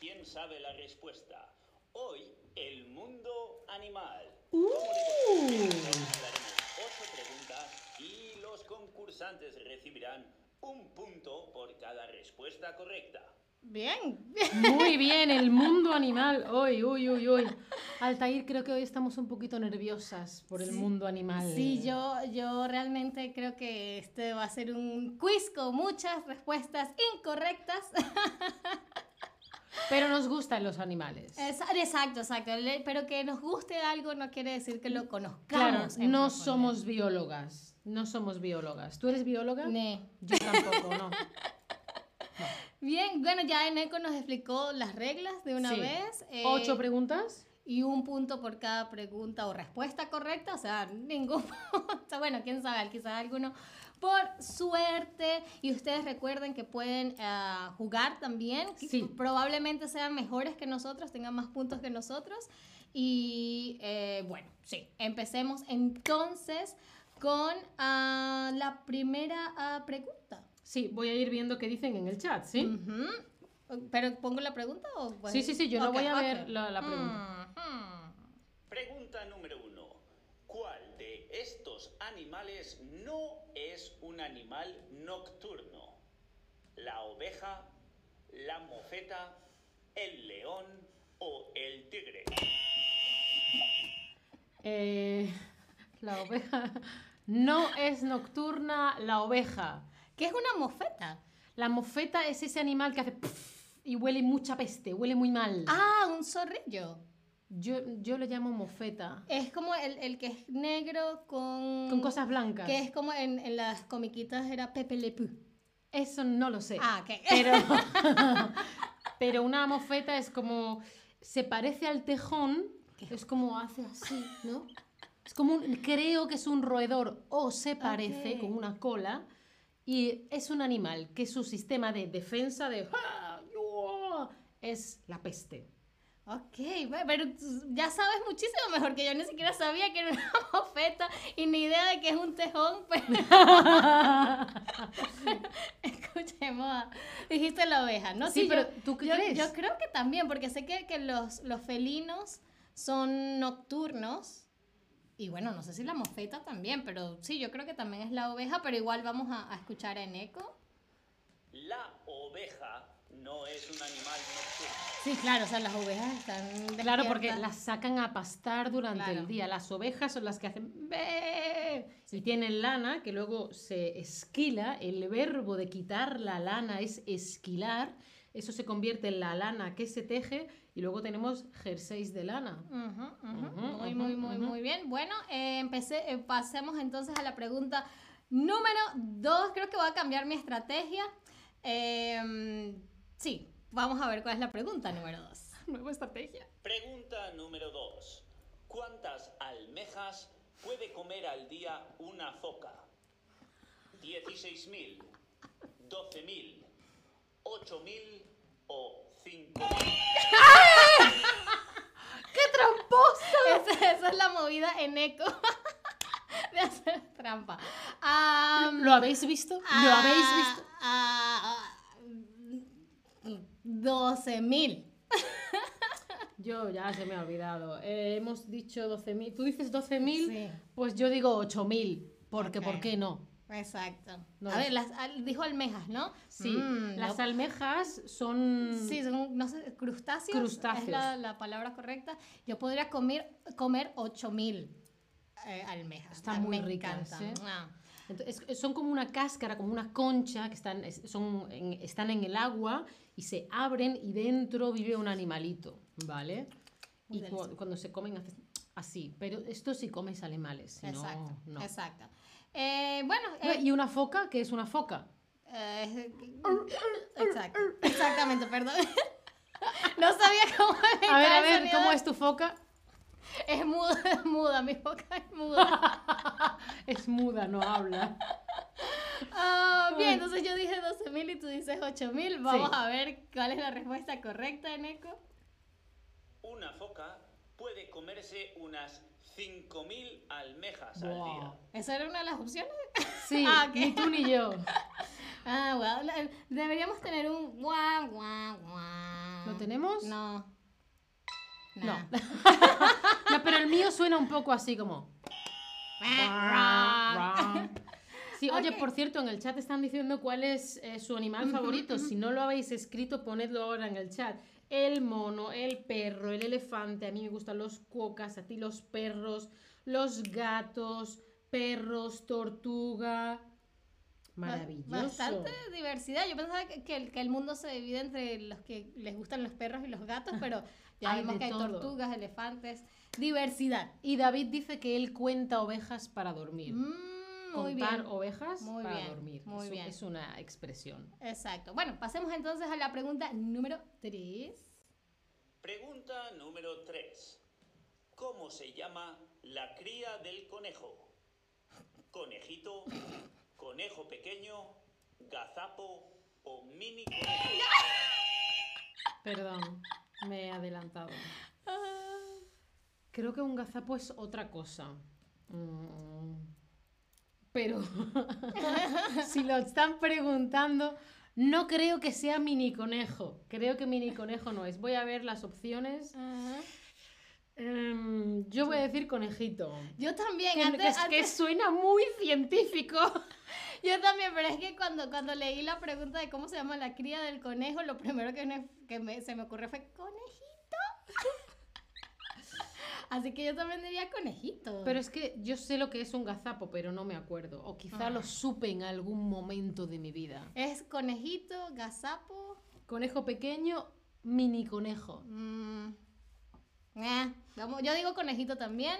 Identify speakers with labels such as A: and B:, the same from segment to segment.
A: ¿Quién sabe la respuesta? Hoy, el mundo animal.
B: ¡Uh!
A: Como de costumbre, daremos ocho preguntas y los concursantes recibirán un punto por cada respuesta correcta.
C: Bien.
B: Muy bien, el mundo animal. Uy, uy, uy, uy. Altair, creo que hoy estamos un poquito nerviosas por el mundo animal.
C: Sí, yo, yo realmente creo que este va a ser un quiz con muchas respuestas incorrectas.
B: Pero nos gustan los animales.
C: Es- Exacto, exacto. Le- Pero que nos guste algo no quiere decir que lo
B: Claro,
C: conozcamos. en ¿eh?
B: no
C: profundidad.
B: somos biólogas. No somos biólogas. ¿Tú eres bióloga?
C: Ne.
B: Yo tampoco, no.
C: Bien, bueno, ya Eneco nos explicó las reglas de una
B: Sí.
C: vez. eh,
B: ¿Ocho preguntas?
C: y un punto por cada pregunta o respuesta correcta, o sea, ningún punto. Bueno, quién sabe, quizás alguno por suerte. Y ustedes recuerden que pueden ah, jugar también.
B: Sí.
C: Probablemente sean mejores que nosotros, tengan más puntos que nosotros. Y eh, bueno, sí, empecemos entonces con ah, la primera ah, pregunta.
B: Sí, voy a ir viendo qué dicen en el chat, ¿sí?
C: Ujú. ¿Pero pongo la pregunta o...? voy-
B: Sí, sí, sí, yo no
C: Ok,
B: voy a
C: ok. Mm,
B: ver la, la pregunta.
C: Ujú.
A: Pregunta número uno. ¿Cuál de estos animales no es un animal nocturno? ¿La oveja, la mofeta, el león o el tigre?
B: Eh, la oveja. No es nocturna la oveja.
C: ¿Qué es una mofeta?
B: La mofeta es ese animal que hace pf y huele mucha peste, huele muy mal.
C: Ah, un zorrillo.
B: Yo, yo lo llamo mofeta.
C: Es como el, el que es negro con...
B: Con cosas blancas.
C: Que es como en, en las comiquitas era Pepe Le Pew.
B: Eso no lo sé.
C: Ah, ok.
B: Pero, pero una mofeta es como. Se parece al tejón, es como hace así, ¿no? Es como un. Creo que es un roedor o se parece
C: Ok.
B: con una cola. Y es un animal que su sistema de defensa de. ¡ah! ¡Uah! es la peste.
C: Ok, bueno, pero tú ya sabes muchísimo mejor que yo. Ni siquiera sabía que era una mofeta y ni idea de que es un tejón. Pero... Escuchemos, a- dijiste la oveja, ¿no?
B: Sí, pero ¿tú qué
C: yo,
B: crees?
C: Yo creo que también, porque sé que, que los, los felinos son nocturnos. Y bueno, no sé si la mofeta también, pero sí, yo creo que también es la oveja, pero igual vamos a, a escuchar en eco.
A: La oveja no es un animal nocturno.
C: Sí, claro, o sea, las ovejas están.
B: Claro, porque
C: despiertas.
B: las sacan a pastar durante
C: Claro.
B: el día. Las ovejas son las que hacen "Be". y tienen lana que luego se esquila. El verbo de quitar la lana es esquilar. Eso se convierte en la lana que se teje y luego tenemos jerseys de lana.
C: Ujú, ujú.
B: Ujú,
C: Muy,
B: ujú,
C: muy, muy,
B: ujú.
C: muy bien. Bueno, eh, empecé, eh, pasemos entonces a la pregunta número 2. Creo que voy a cambiar mi estrategia. Eh, sí, vamos a ver cuál es la pregunta número 2.
B: Nueva estrategia.
A: Pregunta número dos. ¿Cuántas almejas puede comer al día una foca? ¿16.000, 12.000, 8.000 o 5.000?
B: ¡Qué tramposa!
C: Esa, esa es la movida en eco de hacer trampa. Am,
B: ¿Lo habéis visto? ¿Lo
C: ah,
B: habéis visto?
C: ah, ah, 12.000.
B: Yo ya se me ha olvidado. Eh, hemos dicho 12.000. Tú dices 12.000,
C: Sí.
B: pues yo digo 8.000. Porque,
C: Ok.
B: ¿por qué no?
C: Exacto.
B: No
C: a ver,
B: es-
C: las, al- dijo almejas, ¿no?
B: Sí,
C: Mm,
B: las
C: lo-
B: almejas son...
C: Sí, son, no sé, crustáceos.
B: Crustáceos.
C: Es la, la palabra correcta. Yo podría comer, comer 8000 eh, almejas.
B: Están muy
C: Me
B: ricas,
C: encantan.
B: ¿eh?
C: Ah,
B: Entonces, es- son como una cáscara, como una concha que están, es- son en, están en el agua y se abren y dentro vive un animalito, ¿vale?
C: Muy
B: Y cu-
C: delicioso.
B: cuando se comen haces así, pero esto sí comes animales, eh, si no,
C: exacto.
B: no.
C: Exacto. Eh, bueno,
B: Ve,
C: eh,
B: Y una foca, que es una foca.
C: eh, exacto. Exactamente, perdón. No sabía cómo
B: A ver,
C: imitar
B: a
C: el
B: ver,
C: sonido
B: ¿cómo
C: de-
B: es tu foca?
C: Es muda, es muda, mi boca es muda.
B: Es muda, no habla.
C: Ah, bien,
B: Ay.
C: entonces yo dije 12.000 y tú dices 8.000. Vamos
B: Sí.
C: a ver cuál es la respuesta correcta, Eneco.
A: Una foca puede comerse unas 5.000 almejas al
B: Wow.
A: día.
C: ¿Esa era una de las opciones?
B: Sí,
C: Ah, ok.
B: ni tú ni yo.
C: Ah, bueno, deberíamos tener un guau, guau, guau.
B: ¿Lo tenemos?
C: No.
B: No.
C: Nah.
B: No, pero el mío suena un poco así como. Sí, oye,
C: Ok.
B: por cierto, en el chat están diciendo cuál es eh, su animal
C: Ujú,
B: favorito. Si no lo habéis escrito, ponedlo ahora en el chat. El mono, el perro, el elefante. A mí me gustan los cuocas, a ti los perros, los gatos, perros, tortuga. Maravilloso.
C: Bastante diversidad. Yo pensaba que, que el, que el mundo se divide entre los que les gustan los perros y los gatos, pero ya
B: Hay
C: vemos
B: de
C: que hay
B: todo.
C: tortugas, elefantes, diversidad.
B: Y David dice que él cuenta ovejas para dormir.
C: Mm, muy
B: Contar
C: bien.
B: ovejas
C: Muy
B: para
C: bien,
B: dormir.
C: muy
B: es,
C: bien.
B: es una expresión.
C: Exacto. Bueno, pasemos entonces a la pregunta número 3.
A: Pregunta número 3. ¿Cómo se llama la cría del conejo? Conejito, conejo pequeño, gazapo o mini conejo.
B: Perdón, me he adelantado. Creo que un gazapo es otra cosa. Mm, Pero si lo están preguntando, no creo que sea mini conejo. Creo que mini conejo no es. Voy a ver las opciones. Em, yo voy a decir conejito.
C: Yo también,
B: Que, que
C: antes,
B: es que
C: antes-
B: suena muy científico.
C: yo también, pero es que cuando, cuando leí la pregunta de cómo se llama la cría del conejo, lo primero que, me- que me- se me ocurrió fue conejito. Así que yo también diría conejito.
B: Pero es que yo sé lo que es un gazapo, pero no me acuerdo. O quizá
C: Ah.
B: lo supe en algún momento de mi vida.
C: Es conejito, gazapo.
B: Conejo pequeño, mini conejo.
C: mm, eh, vamos, yo digo conejito también.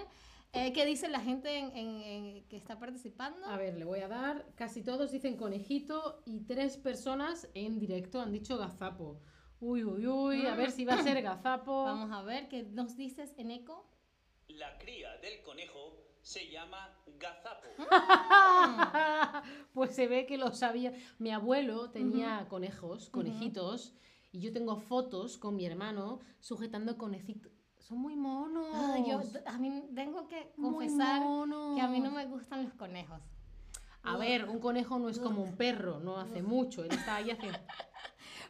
C: Eh, ¿Qué dice la gente en, en- en- que está participando?
B: A ver, le voy a dar. Casi todos dicen conejito y tres personas en directo han dicho gazapo. Uy, uy, uy, a ver si va a ser gazapo.
C: Vamos a ver qué nos dices en eco.
A: La cría del conejo se llama gazapo.
B: Ah, pues se ve que lo sabía. Mi abuelo tenía conejos, conejitos, y yo tengo fotos con mi hermano sujetando conejitos. Son muy monos.
C: Ah, yo a mí tengo que
B: Muy
C: confesar
B: monos.
C: que a mí no me gustan los conejos.
B: A ver, un conejo no es como un perro, no hace mucho. Él está ahí hace.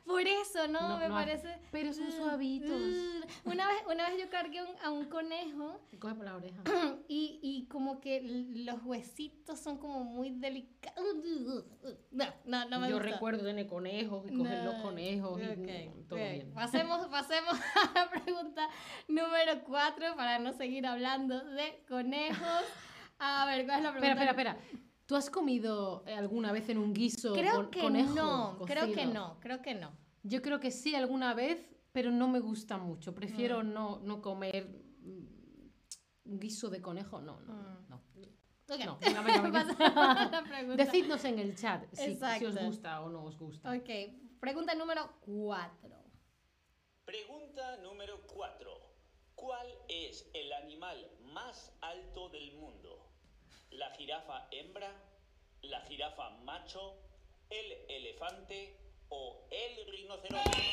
C: Por eso, ¿no?
B: No,
C: me
B: no hace-
C: parece...
B: Pero son
C: Mm,
B: suavitos.
C: mm. Una vez, una vez yo cargué un- a un conejo
B: Te coge por la oreja.
C: y, y como que l- los huesitos son como muy delicados. No, no, no me
B: Yo
C: gusta.
B: recuerdo tener conejos y coger los
C: No.
B: conejos y
C: Ok,
B: mm, todo
C: bien.
B: bien.
C: Pasemos, pasemos a la pregunta número 4 para no seguir hablando de conejos. A ver, ¿cuál es la
B: Espera,
C: pregunta?
B: espera, espera. ¿Tú has comido eh, alguna vez en un guiso
C: Creo
B: con-
C: que
B: conejo?
C: no, creo que
B: cocido?
C: no, creo que no.
B: Yo creo que sí alguna vez, pero no me gusta mucho. Prefiero
C: Mm.
B: no, no comer mm, un guiso de conejo. No, no,
C: Mm.
B: no.
C: Ok.
B: No, venga, venga, venga.
C: Pasemos a la pregunta.
B: Decidnos en el chat si, si os
C: Exacto.
B: gusta o no os gusta.
C: Ok, pregunta número 4.
A: Pregunta número 4. ¿Cuál es el animal más alto del mundo? ¿La jirafa hembra? ¿La jirafa macho? ¿El elefante o el rinoceronte?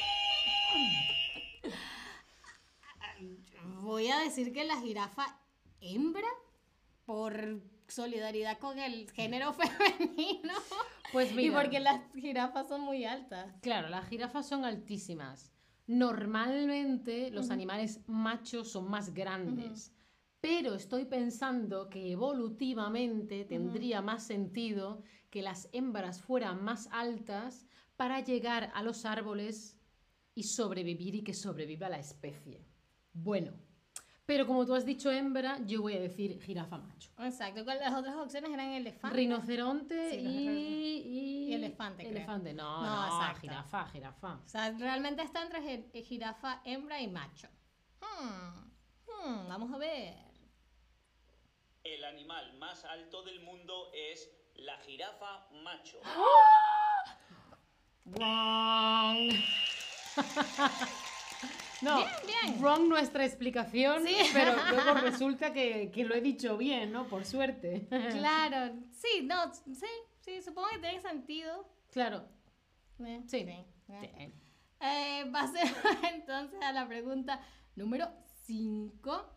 C: Voy a decir que la jirafa hembra, por solidaridad con el género femenino,
B: Pues
C: y
B: mira.
C: porque las jirafas son muy altas.
B: Claro, las jirafas son altísimas. Normalmente los animales machos son más grandes, pero estoy pensando que evolutivamente tendría más sentido que las hembras fueran más altas para llegar a los árboles y sobrevivir y que sobreviva la especie. Bueno, pero como tú has dicho hembra, yo voy a decir jirafa macho.
C: Exacto, con las otras opciones eran elefante.
B: Rinoceronte
C: Sí,
B: y,
C: rinoceronte.
B: y-
C: Y elefante, creo.
B: Elefante, no,
C: No,
B: no,
C: exacto.
B: jirafa, jirafa.
C: o sea, realmente está entre ji- jirafa hembra y macho. Hmm, hmm, vamos a ver.
A: El animal más alto del mundo es la jirafa macho.
B: Wrong. No,
C: Bien, bien.
B: wrong nuestra explicación, pero luego resulta que, que lo he dicho bien, ¿no? Por suerte.
C: Claro, sí, no, sí, sí, supongo que tiene sentido.
B: Claro.
C: Eh,
B: Sí.
C: eh.
B: Sí.
C: Eh, pasemos entonces a la pregunta número 5.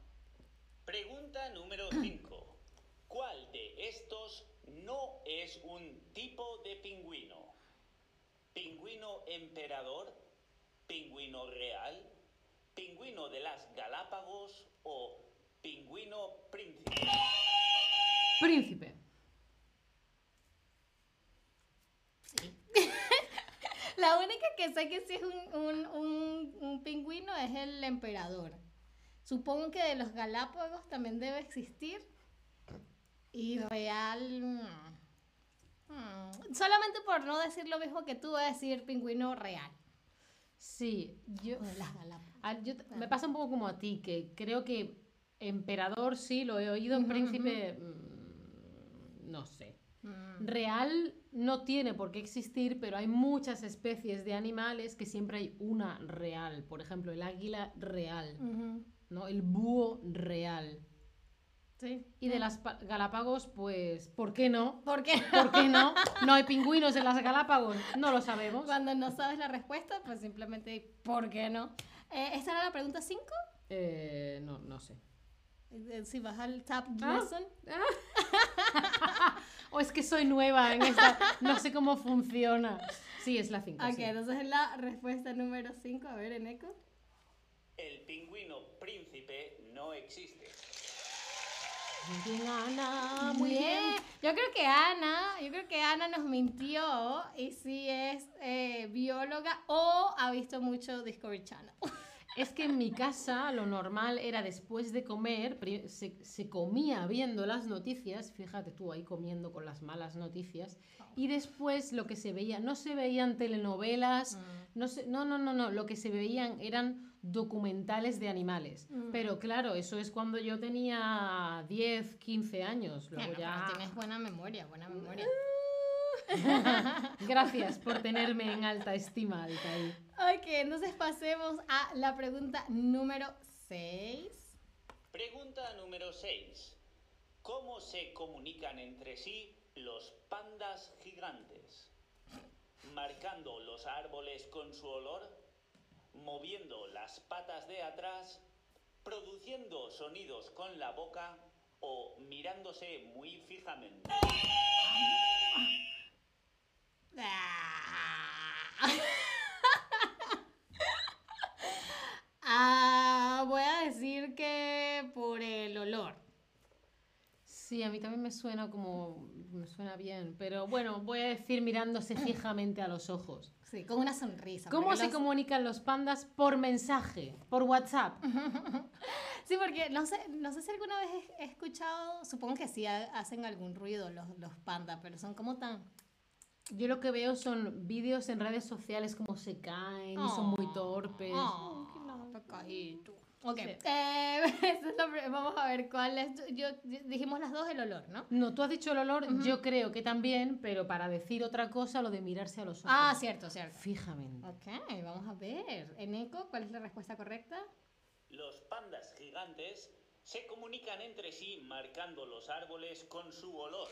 A: Pregunta número 5. ¿Cuál de estos no es un tipo de pingüino? ¿Pingüino emperador? ¿Pingüino real? ¿Pingüino de las Galápagos o pingüino príncipe?
B: Príncipe.
C: La única que sé que sí es un, un- un- un pingüino es el emperador. Supongo que de los Galápagos también debe existir. Y real. mm, mm, Solamente por no decir lo mismo que tú, voy a decir pingüino real.
B: Sí, yo.
C: O de las Galápagos.
B: Ah, yo t- me pasa un poco como a ti, que creo que emperador sí lo he oído,
C: Ujú,
B: príncipe. mm, No sé.
C: Mm.
B: Real no tiene por qué existir, pero hay muchas especies de animales que siempre hay una real. Por ejemplo, el águila real,
C: Ujú.
B: ¿no? El búho real.
C: Sí. Mm.
B: Y de las pa- Galápagos, pues, ¿por qué no?
C: ¿Por qué?
B: ¿Por qué no? ¿No hay pingüinos en las Galápagos? No lo sabemos.
C: Cuando no sabes la respuesta, pues simplemente, ¿por qué no? Eh, ¿Esa era la pregunta 5?
B: Eh, no, no sé.
C: Eh, Si vas al Tab
B: Ah.
C: Gibson.
B: O es que soy nueva en esta, no sé cómo funciona. Ah, Sí, es la 5.
C: ok, entonces es la respuesta número 5. A ver, en eco.
A: El pingüino príncipe no existe.
B: Muy bien, Ana, Ah, muy bien.
C: Yo creo que Ana, yo creo que Ana nos mintió y sí es eh, bióloga o ha visto mucho Discovery Channel.
B: Es que en mi casa lo normal era después de comer, pri- se, se comía viendo las noticias, fíjate tú ahí comiendo con las malas noticias, y después lo que se veía, no se veían telenovelas, no, se- no, no, no, no, lo que se veían eran documentales de animales.
C: Mm.
B: Pero claro, eso es cuando yo tenía 10, 15 años, luego
C: Bueno,
B: ya...
C: pero tienes buena memoria, buena memoria.
B: Gracias por tenerme en alta estima, Altair.
C: Ok, entonces pasemos a la pregunta número 6.
A: Pregunta número 6. ¿Cómo se comunican entre sí los pandas gigantes? ¿Marcando los árboles con su olor? ¿Moviendo las patas de atrás? ¿Produciendo sonidos con la boca? ¿O mirándose muy fijamente?
C: Ah, voy a decir que por el olor.
B: Sí, a mí también me suena como. Me suena bien, pero bueno, voy a decir mirándose fijamente a los ojos.
C: Sí, con una sonrisa.
B: ¿Cómo
C: porque
B: se
C: los-
B: comunican los pandas por mensaje, por WhatsApp?
C: Sí, porque no sé, no sé si alguna vez he- he escuchado, supongo que sí ha- hacen algún ruido los, los pandas, pero son como tan...
B: Yo lo que veo son vídeos en redes sociales como se caen y son muy torpes.
C: Oh, pecadito. Ok, eh, esa es la pr- vamos a ver cuál es. tu- Yo, dijimos las dos el olor, ¿no?
B: No, tú has dicho el olor, yo creo que también, pero para decir otra cosa, lo de mirarse a los ojos.
C: Ah, cierto, cierto.
B: Fijamente.
C: Ok, vamos a ver. Eneco, ¿cuál es la respuesta correcta?
A: Los pandas gigantes se comunican entre sí marcando los árboles con su olor.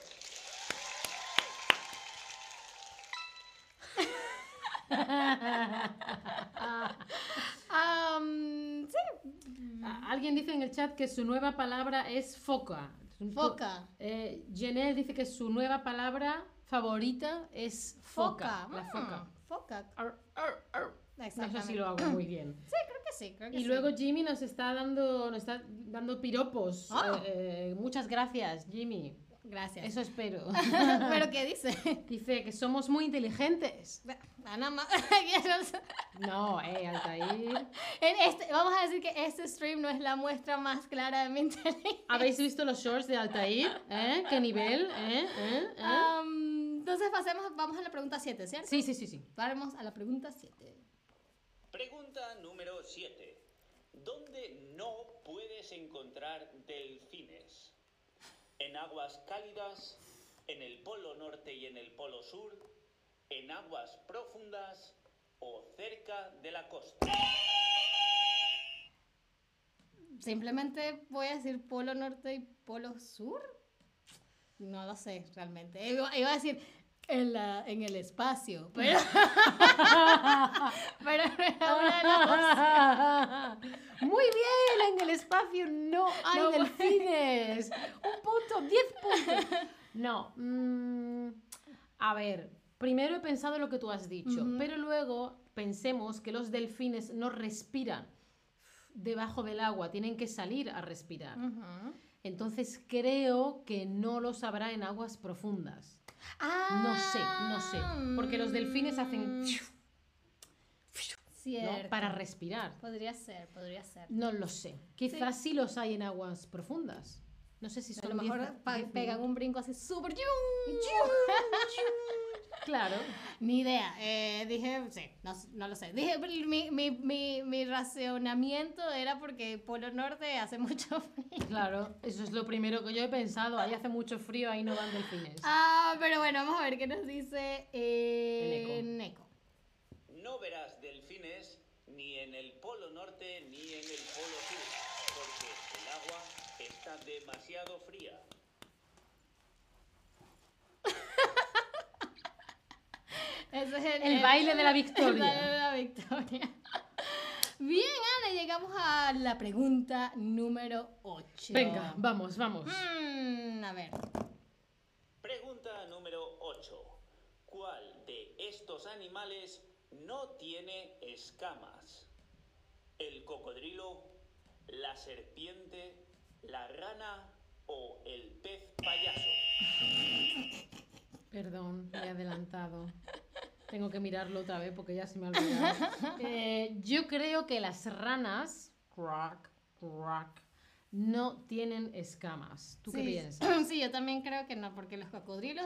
C: Am, sí.
B: Ah, Alguien dice en el chat que su nueva palabra es foca.
C: Foca.
B: Eh, Jenel dice que su nueva palabra favorita es foca.
C: Foca.
B: La
C: mm,
B: foca.
C: Foca.
B: Ar, ar, ar. No
C: Exactamente.
B: sé si lo hago muy bien.
C: Sí, creo que sí, creo que
B: Y
C: sí.
B: luego Jimmy nos está dando, nos está dando piropos.
C: Ah.
B: Eh, eh, muchas gracias, Jimmy.
C: Gracias.
B: Eso espero.
C: ¿Pero qué dice?
B: dice que somos muy inteligentes.
C: Nada más. Ya no sé.
B: No, eh, Altair.
C: En este- vamos a decir que este stream no es la muestra más clara de mi inteligencia.
B: ¿Habéis visto los shorts de Altair? ¿Eh? ¿Qué nivel? ¿Eh? ¿Eh? ¿Eh?
C: Am, entonces pasemos, vamos a la pregunta 7, ¿cierto?
B: Sí, sí, sí, sí.
C: Vamos a la pregunta 7.
A: Pregunta número 7. ¿Dónde no puedes encontrar delfines? ¿En aguas cálidas? ¿En el polo norte y en el polo sur? ¿En aguas profundas? ¿O cerca de la costa?
C: Simplemente voy a decir polo norte y polo sur. No lo sé realmente. Iba, iba a decir en, la- en el espacio, pero. pero ahora no.
B: Muy bien, en el espacio no hay
C: No, bueno.
B: delfines. Un punto, diez puntos. No, mm, a ver, Primero he pensado lo que tú has dicho,
C: Ujú.
B: pero luego pensemos que los delfines no respiran debajo del agua, tienen que salir a respirar.
C: Ujú.
B: Entonces creo que no lo sabrá en aguas profundas. No sé, no sé. Porque los delfines
C: mm,
B: hacen ¿no?
C: Cierto.
B: para respirar.
C: Podría ser, podría ser.
B: No lo sé. Quizás sí. los hay en aguas profundas. No sé si
C: A
B: son
C: lo mejor
B: 10
C: pa-
B: 10
C: pegan
B: minutos.
C: un brinco así súper.
B: Claro.
C: Ni idea. eh, dije, sí, no, no lo sé. Dije, pero mi, mi, mi, mi racionamiento era porque Polo Norte hace mucho frío.
B: Claro, eso es lo primero que yo he pensado. Ahí hace mucho frío, ahí no van delfines.
C: Ah, pero bueno, vamos a ver qué nos dice eh,
B: El
C: Neko.
A: No verás delfines ni en el polo norte ni en el polo sur, porque el agua está demasiado fría.
C: Ese es
B: El baile de la victoria.
C: El baile de la victoria. Bien, Ana, llegamos a la pregunta número 8.
B: Venga, vamos, vamos.
C: Mm, a ver.
A: Pregunta número 8. ¿Cuál de estos animales no tiene escamas? ¿El cocodrilo, la serpiente, la rana o el pez payaso?
B: Perdón, me he adelantado. Tengo que mirarlo otra vez porque ya se me ha olvidado. Eh, yo creo que las ranas, crack, crack, no tienen escamas. ¿Tú qué
C: Sí,
B: piensas?
C: Sí, yo también creo que no, porque los cocodrilos,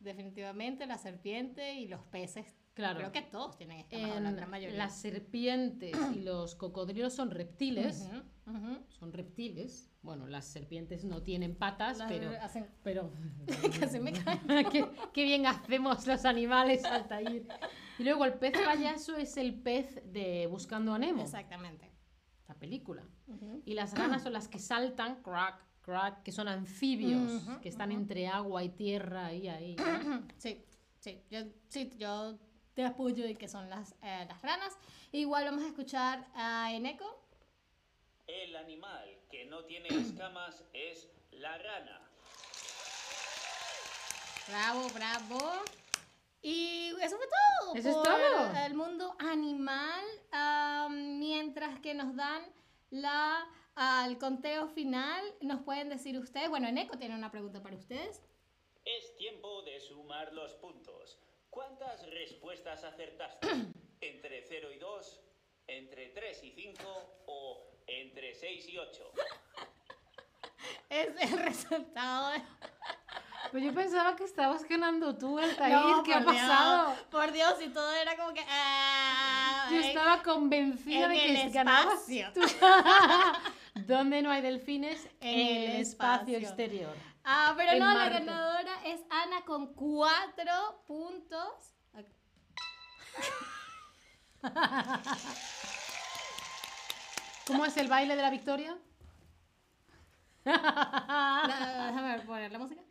C: definitivamente, la serpiente y los peces.
B: Claro.
C: Creo que todos tienen escamas, o la
B: En-
C: gran mayoría.
B: las serpientes y los cocodrilos son reptiles.
C: Ujú, ujú.
B: Son reptiles. Bueno, las serpientes no tienen patas,
C: Las-
B: pero...
C: hacen-
B: pero
C: casi me cae.
B: qué, qué bien hacemos los animales, Altair. Y luego el pez payaso es el pez de Buscando a Nemo,
C: Exactamente.
B: la película.
C: Ujú.
B: Y las ranas son las que saltan, crack, crack, que son anfibios,
C: Ujú,
B: que están
C: ujú.
B: entre agua y tierra, ahí, ahí. ¿no?
C: Sí, sí, yo, sí, yo te apoyo en que son las, eh, las ranas. Igual vamos a escuchar a Eneco.
A: El animal que no tiene escamas es la rana.
C: Bravo, bravo. Y eso fue todo.
B: Eso es
C: por
B: todo.
C: El mundo animal. Ah, mientras que nos dan la, ah, el conteo final, nos pueden decir ustedes. Bueno, Eneco tiene una pregunta para ustedes.
A: Es tiempo de sumar los puntos. ¿Cuántas respuestas acertaste? ¿Entre 0 y 2? ¿Entre 3 y 5? ¿O entre 6 y 8?
C: Es el resultado de.
B: Pero yo pensaba que estabas ganando tú, Altair, ¿qué ha
C: por Dios,
B: pasado?
C: por Dios, y todo era como que. ah,
B: Yo
C: eh,
B: estaba convencida
C: en
B: de que
C: el
B: ganabas
C: espacio.
B: tú. Donde no hay delfines,
C: En
B: en el
C: el
B: espacio
C: espacio.
B: exterior.
C: Ah, pero
B: En
C: no,
B: Marte.
C: la ganadora es Ana con cuatro puntos.
B: ¿Cómo es el baile de la victoria?
C: Ah, Déjame poner la música.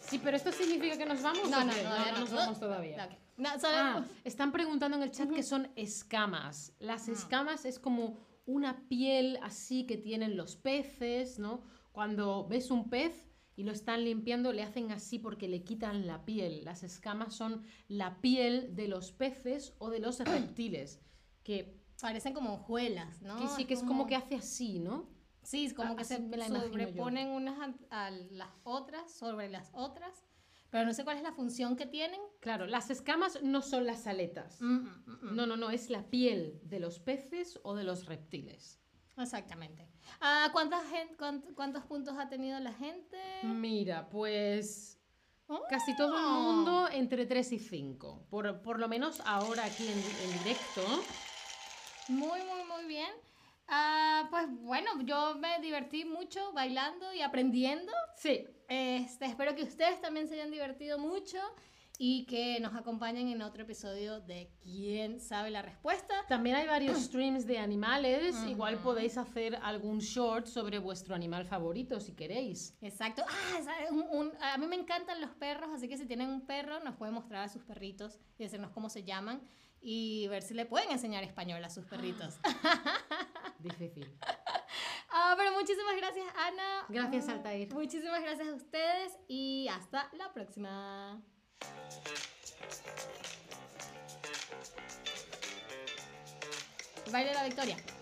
B: Sí, pero esto significa que nos vamos. o
C: No, no,
B: qué?
C: no, no, no,
B: nos
C: no.
B: vamos todavía.
C: No, ok. No, solo-
B: Ah, están preguntando en el chat que son escamas. Las
C: Ah.
B: escamas es como una piel así que tienen los peces, ¿no? Cuando ves un pez y lo están limpiando, le hacen así porque le quitan la piel. Las escamas son la piel de los peces o de los reptiles. Que,
C: Parecen como hojuelas, Ah, ¿no?
B: que sí, que es como que hace así, ¿no?
C: Sí, es como
B: Ah,
C: que se
B: así me la imagino yo.
C: sobreponen unas a, a las otras, sobre las otras. Pero no sé cuál es la función que tienen.
B: Claro, las escamas no son las aletas.
C: Mm, mm, mm, mm.
B: No, no, no, es la piel de los peces o de los reptiles.
C: Exactamente. Ah, ¿cuánta gen- cuánt- ¿Cuántos puntos ha tenido la gente?
B: Mira, pues
C: Oh.
B: casi todo el mundo entre 3 y 5. Por, por lo menos ahora aquí en, en directo.
C: Muy, muy, muy bien. Ah, pues bueno, yo me divertí mucho bailando y aprendiendo.
B: Sí,
C: Este, espero que ustedes también se hayan divertido mucho y que nos acompañen en otro episodio de ¿Quién sabe la respuesta?
B: también hay varios streams de animales. Igual
C: Ujú.
B: podéis hacer algún short sobre vuestro animal favorito si queréis.
C: Exacto. Ah, ¿sabe? Un- un- a mí me encantan los perros, así que si tienen un perro nos pueden mostrar a sus perritos y decirnos cómo se llaman y ver si le pueden enseñar español a sus perritos.
B: Difícil.
C: Ah, pero muchísimas gracias, Ana. Ah,
B: Gracias, Altair.
C: Muchísimas gracias a ustedes y hasta la próxima. Baile de la victoria.